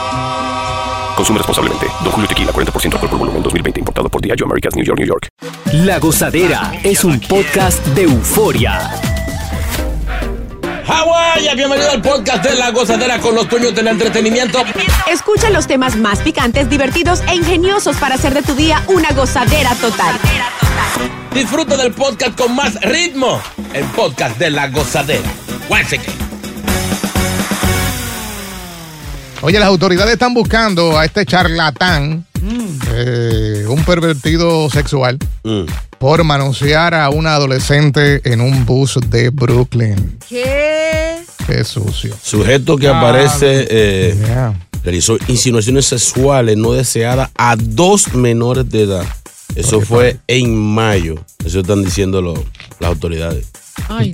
Consume responsablemente. Don Julio Tequila, 40% alcohol por volumen, 2020. Importado por Diageo Americas, New York, New York. La Gozadera es un podcast de euforia. Hawái, bienvenido al podcast de La Gozadera con los dueños del entretenimiento. Escucha los temas más picantes, divertidos e ingeniosos para hacer de tu día una gozadera total. Disfruta del podcast con más ritmo. El podcast de La Gozadera. Once again. Oye, las autoridades están buscando a este charlatán, eh, un pervertido sexual, Mm. por manosear a una adolescente en un bus de Brooklyn. ¿Qué? Qué sucio. Sujeto que aparece, eh, Yeah. realizó insinuaciones sexuales no deseadas a dos menores de edad. Eso fue en mayo. Eso están diciendo lo- las autoridades. Y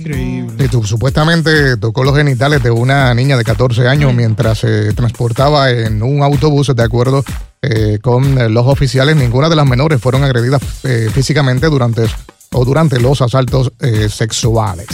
tú, supuestamente tocó los genitales de una niña de 14 años mientras se transportaba en un autobús, de acuerdo eh, con eh, los oficiales. Ninguna de las menores fueron agredidas eh, físicamente durante o durante los asaltos eh, sexuales.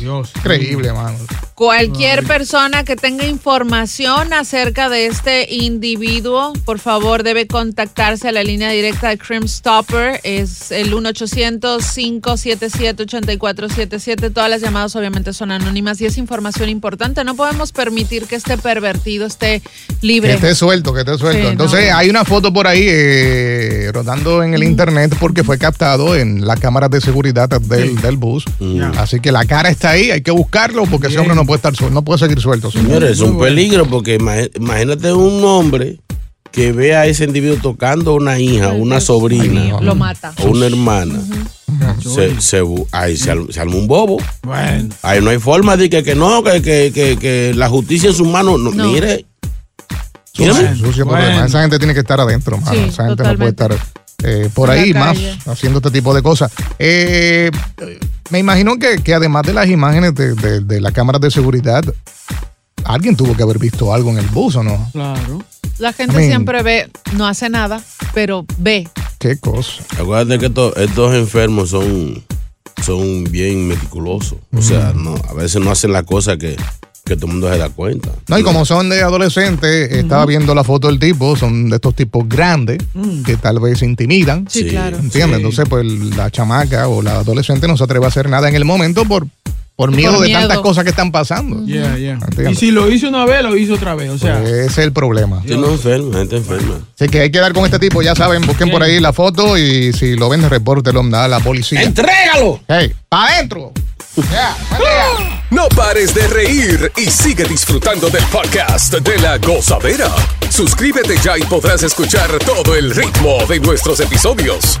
Dios. Increíble, mano. Cualquier persona que tenga información acerca de este individuo, por favor, debe contactarse a la línea directa de Crime Stopper. Es el 1-800-577-8477. Todas las llamadas obviamente son anónimas y es información importante. No podemos permitir que este pervertido esté Que libre. esté suelto, que esté suelto. Sí, Entonces no. hay una foto por ahí eh, rodando en el internet porque fue captado en las cámaras de seguridad del, del bus. Mm. Así que la cara está ahí, hay que buscarlo porque ese hombre no puede estar suel- no puede seguir suelto. señor. Señores, es un peligro porque ima- imagínate un hombre que ve a ese individuo tocando a una hija, una sobrina pues, Lo mata. Oh. o una hermana. Se, se bu- ahí se, al- se arma un bobo. Bueno. Ahí no hay forma de que, que no, que, que, que, que la justicia en sus manos. No, No. Mire, Sucio, mírame. sucio problema. Esa gente tiene que estar adentro, mano. Sí, Esa gente no puede totalmente. estar eh, por En la ahí más calle. haciendo este tipo de cosas. Eh, me imagino que, que además de las imágenes de, de- de las cámaras de seguridad, alguien tuvo que haber visto algo en el bus o no. Claro. La gente Men. siempre ve, no hace nada, pero ve. Qué cosa. Acuérdate que estos, estos enfermos son, son bien meticulosos. O sea, no, a veces no hacen la cosa que, que todo el mundo se da cuenta. No, y como son de adolescentes, estaba viendo la foto del tipo, son de estos tipos grandes que tal vez se intimidan. Mm. Sí, claro. ¿Entiendes? sí. Entonces, pues la chamaca o la adolescente no se atreve a hacer nada en el momento por, por miedo de miedo. tantas cosas que están pasando. Yeah, yeah. Entiendo. Y si lo hizo una vez, lo hizo otra vez. O sea, Ese es el problema. Gente no enferma, gente enferma. Así que hay que dar con este tipo, ya saben, busquen por ahí la foto y si lo ven, repórtelo a la policía. ¡Entrégalo! ¡Hey! ¡Para adentro! Ya, vale. No pares de reír y sigue disfrutando del podcast de La Gozadera. Suscríbete ya y podrás escuchar todo el ritmo de nuestros episodios.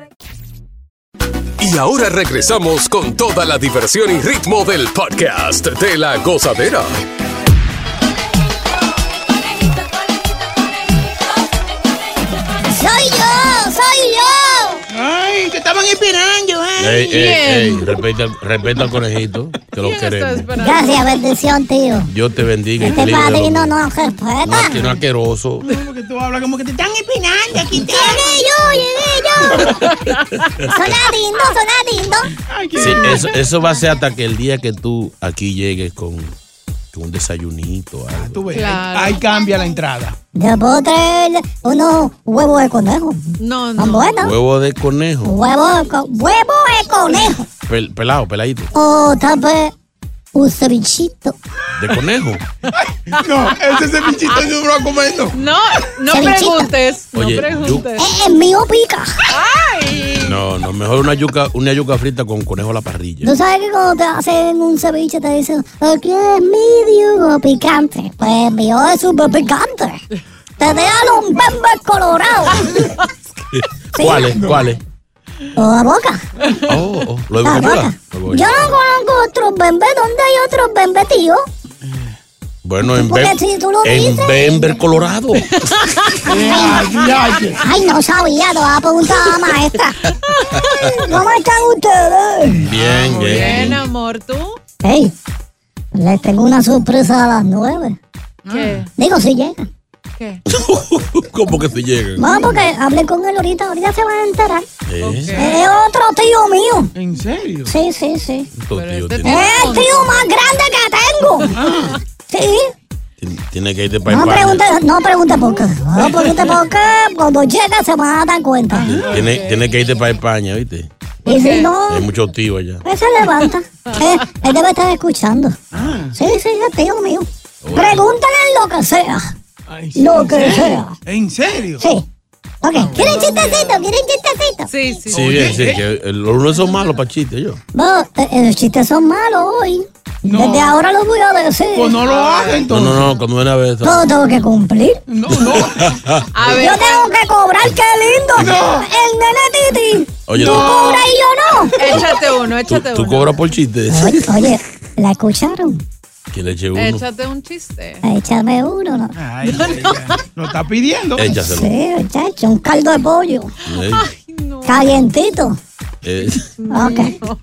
Y ahora regresamos con toda la diversión y ritmo del podcast de la gozadera. ¡Soy yo! ¡Soy yo! ¡Ay, te estaban esperando! ¿eh? Ey, ey, ey, Bien. respeta, respeta al conejito, que lo queremos. Gracias, bendición, tío. Dios te bendiga y te Este libre de los- padrino no respeta. que no asqueroso. Porque tú hablas como que te están espinando aquí. te- Llegué yo, llegué yo. sonadindo, sonadindo. Sí, eso, eso va a ser hasta que el día que tú aquí llegues con, con un desayunito. algo. Ah, Tú ves, ahí, ahí cambia la entrada. Yo puedo traer unos huevos de conejo. No, no. Bueno, Huevo de conejo. huevos de, co- huevo de conejo. Pel- pelado, peladito. O tal vez un cevichito. De conejo. No, ese cevichito yo no lo comiendo. No, no Cevichito. preguntes. No Oye, preguntes. Es mío pica. ¡Ay! No, no, mejor una yuca, una yuca frita con conejo a la parrilla. Tú sabes que cuando te hacen un ceviche te dicen, aquí es mi Diego picante. Pues mi mío es súper picante. Te dejan un bembe colorado. ¿Cuál es? ¿Cuál es? O la boca. Oh, oh, lo de La Bucaramanga. boca. Yo no conozco otro bembe. ¿Dónde hay otro bembe, tío? Bueno, en Porque Denver, si tú lo en dices. Denver, Colorado. Ay, no sabía, te voy a preguntar a la maestra. ¿Cómo están ustedes? Ah, Bien, bien. Bien, amor, ¿tú? Hey, les tengo una sorpresa a las nueve. ¿Qué? Digo, si llegan. ¿Qué? ¿Cómo que se llegan? No, porque hablé con él ahorita, ahorita se van a enterar. ¿Eh? Es otro tío mío. ¿En serio? Sí, sí, sí. Estos tíos este tienen, Es el tío más grande Ah. que tengo. Sí. tien- tienen que irte para No España. pregunte, no pregunte por qué. No pregunte por qué. Cuando llega se van a dar cuenta. Ah. Tiene, tiene que irte para España, ¿viste? Y si no, Hay muchos tíos allá. él se levanta. Eh, él debe estar escuchando. Ah. Sí, sí, es tío mío. Pregúntale lo que sea. Ay, Lo que ¿en serio? sea. ¿En serio? Sí. Ah, Ok. ¿Quieren chistecito? ¿Quieren chistecito? Sí, sí. Sí, bien, sí. Que eh, los lunes son malos para chistes, yo. Bueno, eh, eh, los chistes son malos hoy. No. Desde ahora los voy a decir. Pues no lo hagas Ah, No, entonces. no, no, cuando una vez. Todo tengo que cumplir. No, no. A ver, Yo tengo que cobrar, qué lindo. El nene Titi. Oye, Tú cobras y yo no. échate tú, uno, échate tú, tú uno. cobras por chistes. Oye, oye, ¿la escucharon? Que le eche uno. Échate un chiste. Échame uno, ¿no? Ay, ella Lo está pidiendo. Échaselo. Sí, muchacho, un caldo de pollo. Ey, Calientito. eh, Ok.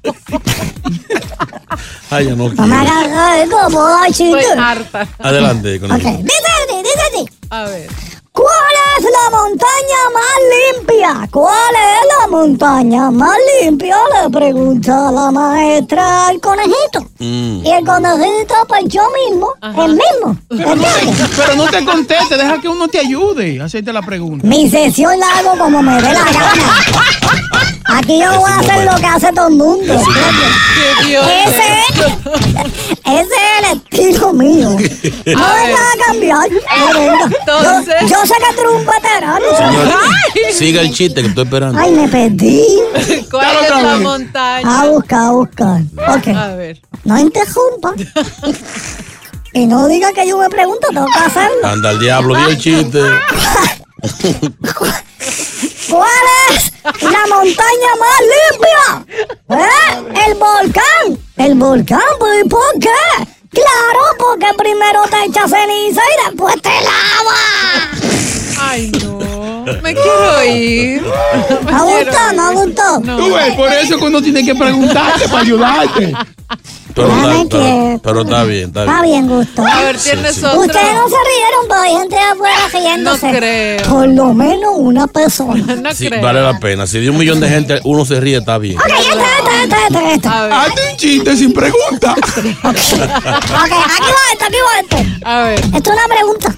Ay, ya no No me quiero. hagas ay, como ay, chiste. Estoy harta. Adelante, con Ok, dice así, dice así. A ver. ¿Cuál es la montaña más limpia? ¿Cuál es la montaña más limpia? Le pregunta la maestra al conejito. Mm. Y el conejito, pues yo mismo, el mismo. Pero no, te, ¿entiendes? pero no te conteste, deja que uno te ayude a hacerte la pregunta. Mi sesión la hago como me dé la gana. Aquí yo voy a hacer lo que hace todo el mundo. ¡Qué Dios! Ese es, ese es el estilo mío. No es nada a cambiar. No, venga. Yo, Entonces. yo sé que tú eres un veterano. Señor, siga el chiste que estoy esperando. Ay, me perdí. ¿Cuál es la montaña? A buscar, a buscar. A Ah, Ok, ver. no interrumpa. Y no diga que yo me pregunto, tengo que hacerlo. Anda al diablo, di el chiste. ¿Cuál es la montaña más limpia? ¿Eh? El volcán. ¿El volcán? pues, ¿Y por qué? Claro, porque primero te echa ceniza y después te lava. Ay, no. Me quiero ir. Me ¿No quiero gustó? ir. ¿No gustó? No. Tú ves, por eso que uno tiene que preguntarte para ayudarte. Pero Dame está, pero, quieto. pero está bien, está Está bien. bien, gustó. A ver, ¿tienes otro? Ustedes no se rieron, pero hay gente de afuera riéndose. creo. Por lo menos una persona. No Sí, creo. vale la pena. Si de un millón de gente uno se ríe, está bien. Ok, esta, esta, esta, esta, esta. A ver, Hazte un chiste sin pregunta. Ok, aquí va esto, aquí va esto. a ver. Esto es una pregunta.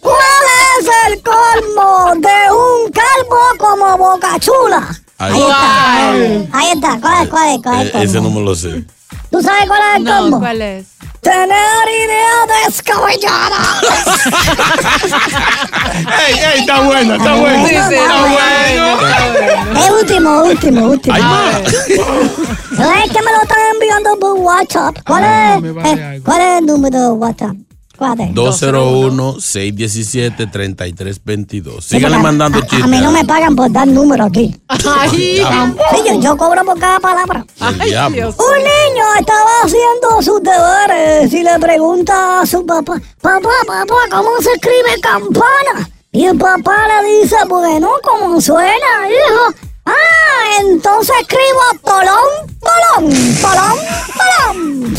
¿Cuál es el colmo de un calvo como Boca Chula? Ahí Ahí está. está. Ahí está. ¿Cuál es, cuál es, cuál es? Eh, ese no me lo sé. ¿Tú sabes cuál es el No, combo? ¿cuál es? Tener ideas descabelladas. ¡Ey, ey! Está bueno, está bueno. Sí, sí, está bueno. Es último, último, último. Ay, ma. ¿Sabes que me lo están enviando por WhatsApp? ¿Cuál Ah, es, eh, ¿cuál es el número de WhatsApp? ¿Cuál es? 201-617-3322. Síganle Sí, mandando A mí chistes. no me pagan por dar número aquí. Ay, Sí, yo, yo cobro por cada palabra. diablo. Un niño estaba haciendo sus deberes y le pregunta a su papá, papá, papá, ¿cómo se escribe campana? Y el papá le dice, bueno, como suena, hijo. Ah, entonces escribo polón, polón, polón, polón.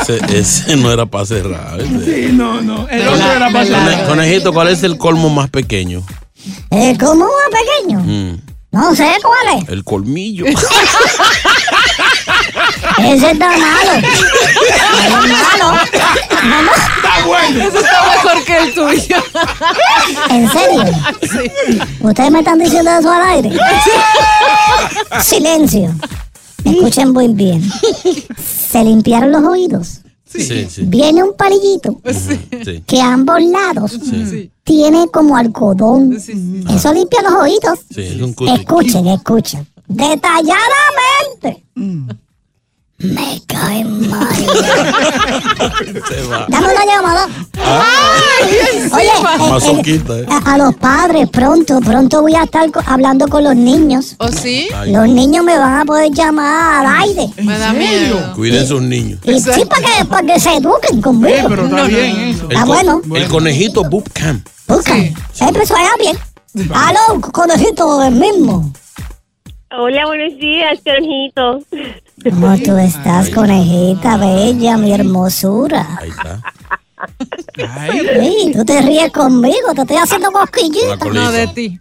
Ese, ese no era para cerrar. ese. No, no. El otro era para Cone- Conejito, ¿cuál es el colmo más pequeño? Eh, ¿Cómo va pequeño? Mm, No sé cuál es. el colmillo. Ese está malo. Está malo. Está bueno. Eso está mejor que el tuyo. ¿En serio? ¿Ustedes me están diciendo eso al aire? Silencio. Escuchen muy bien. Se limpiaron los oídos. Sí, sí. sí. Viene un palillito que a ambos lados tiene como algodón. Eso limpia los oídos. Sí, es un cuti. Escuchen, escuchen. Detalladamente. Mm. Me cae mal. Se va. Ah. Dame una llamada. Oye, eh, Masoquista, eh. a, a los padres, pronto, pronto voy a estar co- hablando con los niños. ¿O sí? Los niños me van a poder llamar al aire. Me da miedo. Cuiden sus niños. Y sí, para que, para que se eduquen conmigo. pero está bien eso. El, Ah, co- bueno. el conejito boop camp. Busca. Siempre se vaya Eh, pues, bien. Aló, conejito el mismo. Hola, buenos días, conejito. ¿Cómo tú estás, conejita bella, mi hermosura? Ahí está. Sí, tú te ríes conmigo, te estoy haciendo cosquillitas. No, de ti.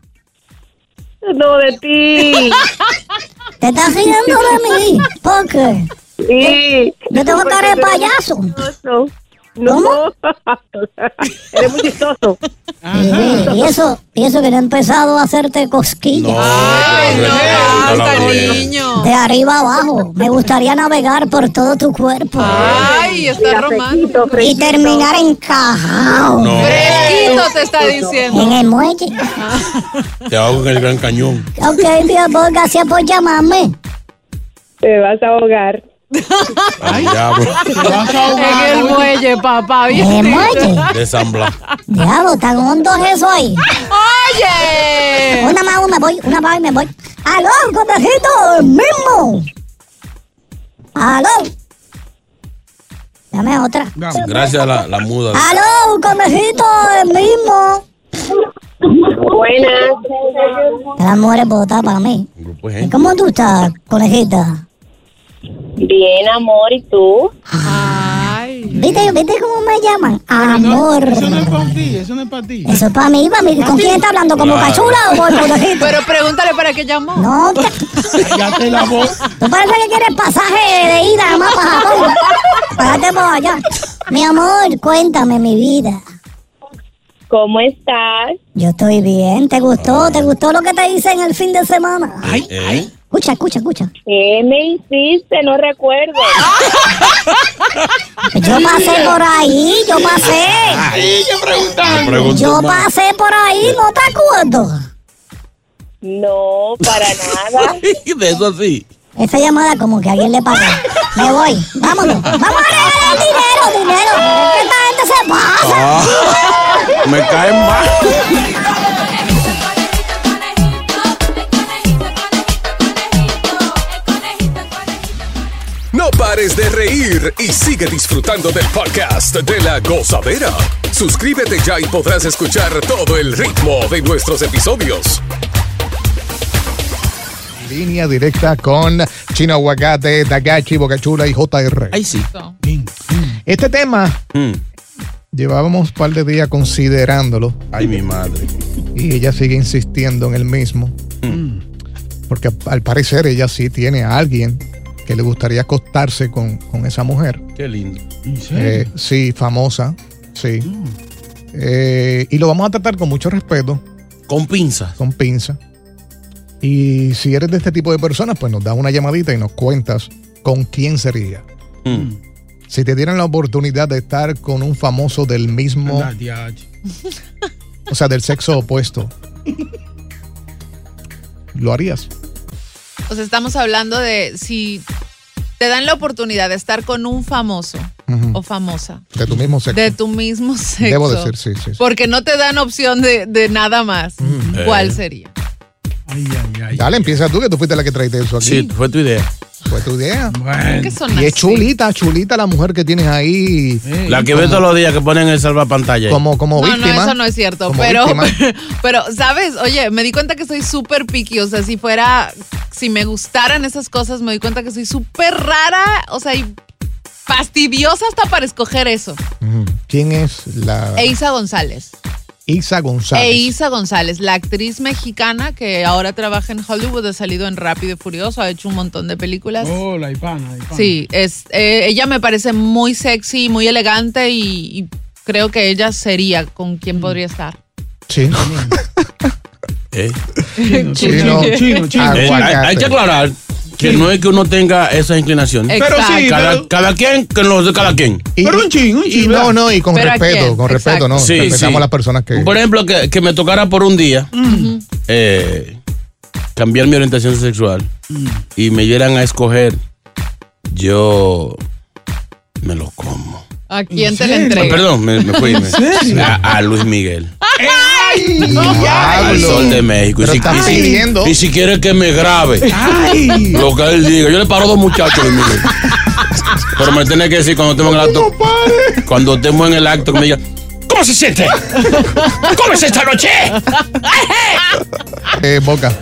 No, de ti. Te estás riendo de mí. ¿Por qué? ¿Eh? Sí. Yo tengo Porque cara de tú eres payaso. muy chistoso. No. ¿Cómo? eres muy chistoso. Eh, Y eso, y eso que no he empezado a hacerte cosquillas. Oh, Ay, no, basta, Gabriela. niño. De arriba abajo. Me gustaría navegar por todo tu cuerpo. Ay, está romántico. y terminar encajado No, Fresquito te está en diciendo. el muelle. te hago en el gran cañón. Ok, mi amor, gracias por llamarme. Te vas a ahogar. Al diablo. En el muelle, papá. Ah, En el ¿viste? muelle. De San Blas. Diablo, tan hondo es eso ahí. ¡Oye! Una más, me voy, una más y me voy. ¡Aló, conejito! ¡El mismo! ¡Aló! Dame otra. Gracias a la, la muda. ¡Aló, conejito! ¡El mismo! Buenas. La mujer bota para mí. Un grupo ¿eh? de ¿Y gente. cómo tú estás, conejita? Bien, amor, ¿y tú? Ay. ¿Viste, ¿Viste cómo me llaman? Amor. Eso no es para ti, eso no es para ti. Eso es para mí, para mí. ¿Con quién está hablando? ¿Como Claro. cachula o con conejito? Pero pregúntale para qué llamó. No, te- Ya te la voz. tú parece que quieres pasaje de ida nada más para Japón. Párate por allá. Mi amor, cuéntame mi vida. ¿Cómo estás? Yo estoy bien. ¿Te gustó? ¿Te gustó lo que te hice en el fin de semana? Ay, ay. Escucha, escucha, escucha. ¿Qué me hiciste? No recuerdo. Yo pasé por ahí, yo pasé. Ay, yo preguntando. Yo Pregunto más. pasé por ahí, ¿no te acuerdas? No, para nada. De eso así. Esa llamada como que alguien le pagó. Me voy, vámonos. Vamos a regalar dinero, dinero. Que esta gente se pasa. Ah, me caen mal. No pares de reír y sigue disfrutando del podcast de la gozadera. Suscríbete ya y podrás escuchar todo el ritmo de nuestros episodios. Línea directa con Chino Aguacate, Tagachi, Bocachula y JR. Ay, sí. Este tema Mm. llevábamos un par de días considerándolo Ay, mi madre. y ella sigue insistiendo en el mismo. Porque al parecer ella sí tiene a alguien que le gustaría acostarse con, con esa mujer. Qué lindo. Eh, sí, famosa. Sí. Eh, y lo vamos a tratar con mucho respeto, Con pinzas. con pinza. Y si eres de este tipo de personas, pues nos das una llamadita y nos cuentas con quién sería. Mm. Si te dieran la oportunidad de estar con un famoso del mismo, Anda, diache. o sea, del sexo opuesto, ¿lo harías? O sea, estamos hablando de si te dan la oportunidad de estar con un famoso Ujú. o famosa De tu mismo sexo. de tu mismo sexo. Debo decir, sí, sí. sí. Porque no te dan opción de, de nada más. Mm. ¿Cuál Eh. sería? Dale, empieza tú, que tú fuiste la que traíste eso aquí. Sí, fue tu idea. Fue tu idea. que son Y es así. chulita, chulita la mujer que tienes ahí. La que ve todos los días que ponen el salvapantalla. Como, como No, no, víctima. eso no es cierto. Como Pero, víctima. pero, ¿sabes? Oye, me di cuenta que soy súper piqui. O sea, si fuera, si me gustaran esas cosas, me di cuenta que soy súper rara. O sea, y fastidiosa hasta para escoger eso. Ujú. ¿Quién es la Eisa González. Isa González? Eisa González, la actriz mexicana que ahora trabaja en Hollywood, ha salido en Rápido y Furioso, ha hecho un montón de películas. Oh, la hipana, la hipana. Sí, es, eh, ella me parece muy sexy, muy elegante y, y creo que ella sería con quien podría estar. Sí. ¿Eh? Chino, chino, chino, chino. Ah, Eh, hay, hay que aclarar que no es que uno tenga esas inclinaciones. Pero sí, cada, Eh, pero- cada quien que los de cada quien. pero un chin, un Y chin, no, ¿verdad? no, y con Pero ¿a respeto, quién? con respeto, no. Sí, Respetamos sí. a las personas que. Por ejemplo, que, que me tocara por un día eh, cambiar mi orientación sexual y me dieran a escoger, yo me lo como. ¿A quién te Ah, la entrega? perdón, me, me fui. Eh. ¿En me- serio? a, a Luis Miguel. ¡Ay! Al sol de México. Y si, estás y si- pidiendo. y si quiere que me grabe. Ay. Lo que él diga. Yo le paro a dos muchachos, Luis Miguel. Pero me tiene que decir cuando estemos en el acto. Cuando estemos en el acto, que me diga. ¿Cómo se siente? ¿Cómo es esta noche? Eh, Boca,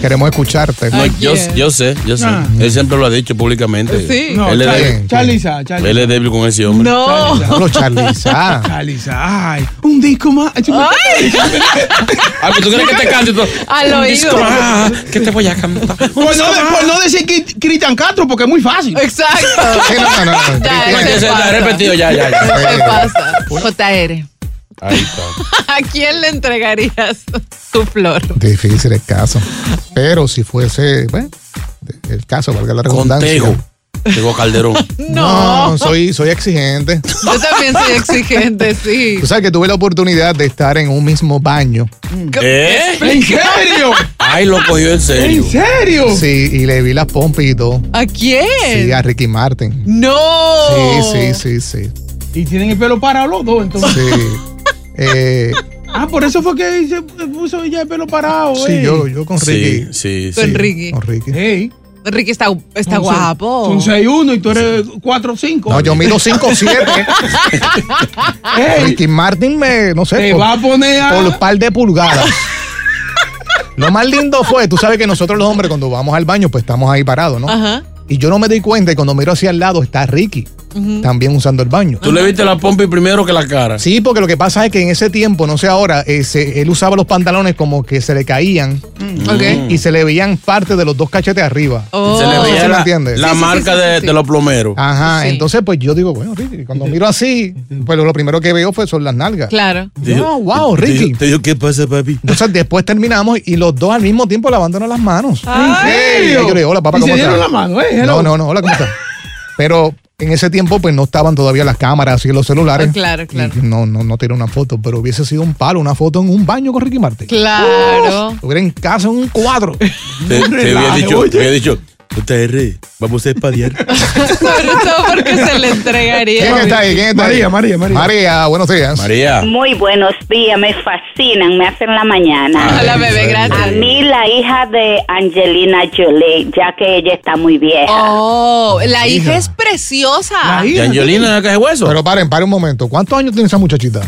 queremos escucharte. No, yo, yo sé, yo sé. Ah. Él siempre lo ha dicho públicamente. Sí. No, él, es Charlie, débil, Charlie Sa, Charlie. él es débil con ese hombre. No. Hablo Charliza. Charliza, ay. Un disco más. Ay. Ah, ¿tú quieres que te cante todo? Al Un oído. disco Ah, más, ¿Qué te voy a cantar? Un Pues no, disco de- más. por no decir Cri- Cristian Castro, porque es muy fácil. Exacto. Sí, no, no, no, no. Ya, Cristian. ese Ese está pasa. repetido, ya, ya, ya. Ese pasa. JR. Ahí está. ¿A quién le entregarías tu flor? Difícil el caso. Pero si fuese, bueno, el caso, valga la redundancia. Contejo. Llegó Calderón. No, soy, soy exigente. Yo también soy exigente, sí. Tú sabes que tuve la oportunidad de estar en un mismo baño. ¿Eh? ¿En serio? Ay, lo cogió en serio. serio? Sí, y le vi las pompas y todo. ¿A quién? Sí, a Ricky Martin. Eh. No. Sí, sí, sí, sí. Y tienen el pelo parado los dos, entonces. Sí. Eh, Ah, por eso fue que se puso ella el pelo parado. sí, eh. yo, yo con Ricky. Sí, Con Ricky. Con Ricky. Ricky está, está Son seis- guapo. Son 6-1 y tú eres 4-5. No, yo mido 5'7". Ey, Ricky Martin me, no sé, Te va a poner a- por un par de pulgadas. Lo más lindo fue, tú sabes que nosotros los hombres cuando vamos al baño, pues estamos ahí parados, ¿no? Ajá. Y yo no me doy cuenta y cuando miro hacia el lado está Ricky, Ujú. Ah. también usando el baño. Tú le viste la pompi primero que la cara. Sí, porque lo que pasa es que en ese tiempo, no sé ahora, eh, se- él usaba los pantalones como que se le caían ok. y se le veían parte de los dos cachetes arriba. Oh. Se le No sé si veía me la, entiendes. la Sí, sí, marca sí, sí, de, sí. Ah, de los plomeros. Ajá, Sí. entonces pues yo digo, bueno, Ricky, cuando miro así, pues lo primero que veo fue son las nalgas. Claro. No, wow, Te digo- Ricky. Te digo, ¿qué pasa, papi? Entonces después terminamos y los dos al mismo tiempo lavándonos las manos. Ay. Sí, yo le digo, hola papá, ¿Y ¿cómo se dieron estás? la mano, eh? Hello. No, no, no, hola, ¿cómo estás? Pero en ese tiempo pues no estaban todavía las cámaras y los celulares. Ah, claro, claro. Y No, no, no tiré una foto, pero hubiese sido un palo, una foto en un baño con Ricky Martin. Claro. Uf, estuviera en casa en un cuadro. Te, te había relajo, dicho, oye. te había dicho, JR, vamos a espadear. Sobre todo porque se le entregaría. ¿Quién está ahí? ¿Quién está ahí? María, María, María. María, buenos días. María. Muy buenos días, me fascinan, me hacen la mañana. Hola, bebé, A gracias. mí la hija de Angelina Jolie, ya que ella está muy vieja. Oh, la hija es preciosa. ¿Y Angelina de hueso? Pero paren, paren un momento. ¿Cuántos años tiene esa muchachita?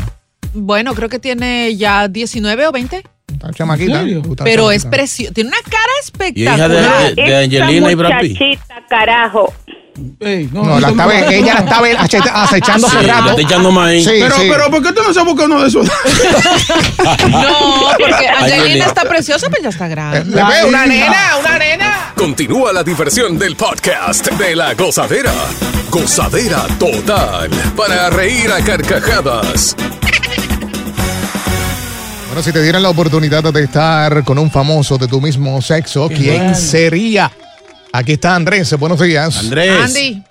Bueno, creo que tiene ya 19 o 20, Está chamaquita. serio? Está pero es chamaquita. preciosa. Tiene una cara Y hija de, espectacular. de- de Esta Angelina y Brad Pitt. muchachita, carajo. Ey, No, la eso estaba, no- ella la estaba ache- acechando Sí, hace le rato. está echando maíz. Sí, Pero, sí. pero, ¿por qué tú no se busca uno de esos? No, porque Angelina. Angelina está preciosa, pero ya está grande. Le veo una nena. nena, una nena. Continúa la diversión del podcast de la gozadera. Gozadera total. Para reír a carcajadas. Ahora, si te dieran la oportunidad de estar con un famoso de tu mismo sexo, Qué ¿quién bueno. sería? Aquí está Andrés, buenos días. Eh, Andy.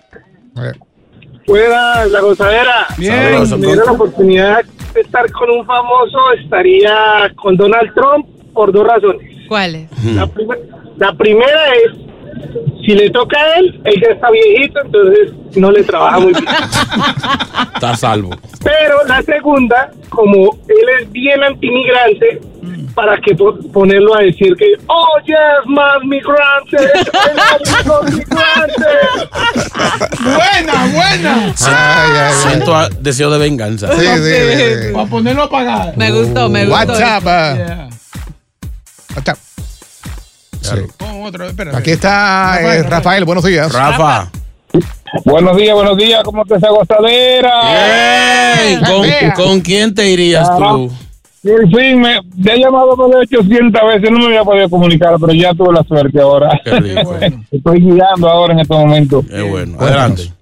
Buenas, la gozadera. Bien. Si tuviera la oportunidad de estar con un famoso, estaría con Donald Trump por dos razones. ¿Cuáles? La, prima- la primera es, si le toca a él, él ya está viejito, entonces no le trabaja muy bien. Está a salvo. Pero la segunda, como él es bien antimigrante, Mm. para que po- ponerlo a decir que, oh, yes, más migrantes, tenemos los migrantes. Buena, buena. Siento ah, deseo de venganza. Para ponerlo a pagar. Me gustó, me gustó. WhatsApp. Yeah. WhatsApp. Sí. Vamos otra vez, espérate. Aquí está eh, Rafael, buenos días. Rafa. Buenos días, buenos días. ¿Cómo está esa gozadera? Ey, ¿con, con quién te irías tú? Por fin, me, ya he llamado más de 800 veces, no me había podido comunicar, pero ya tuve la suerte ahora. Estoy guiando ahora en este momento. eh, bueno, adelante.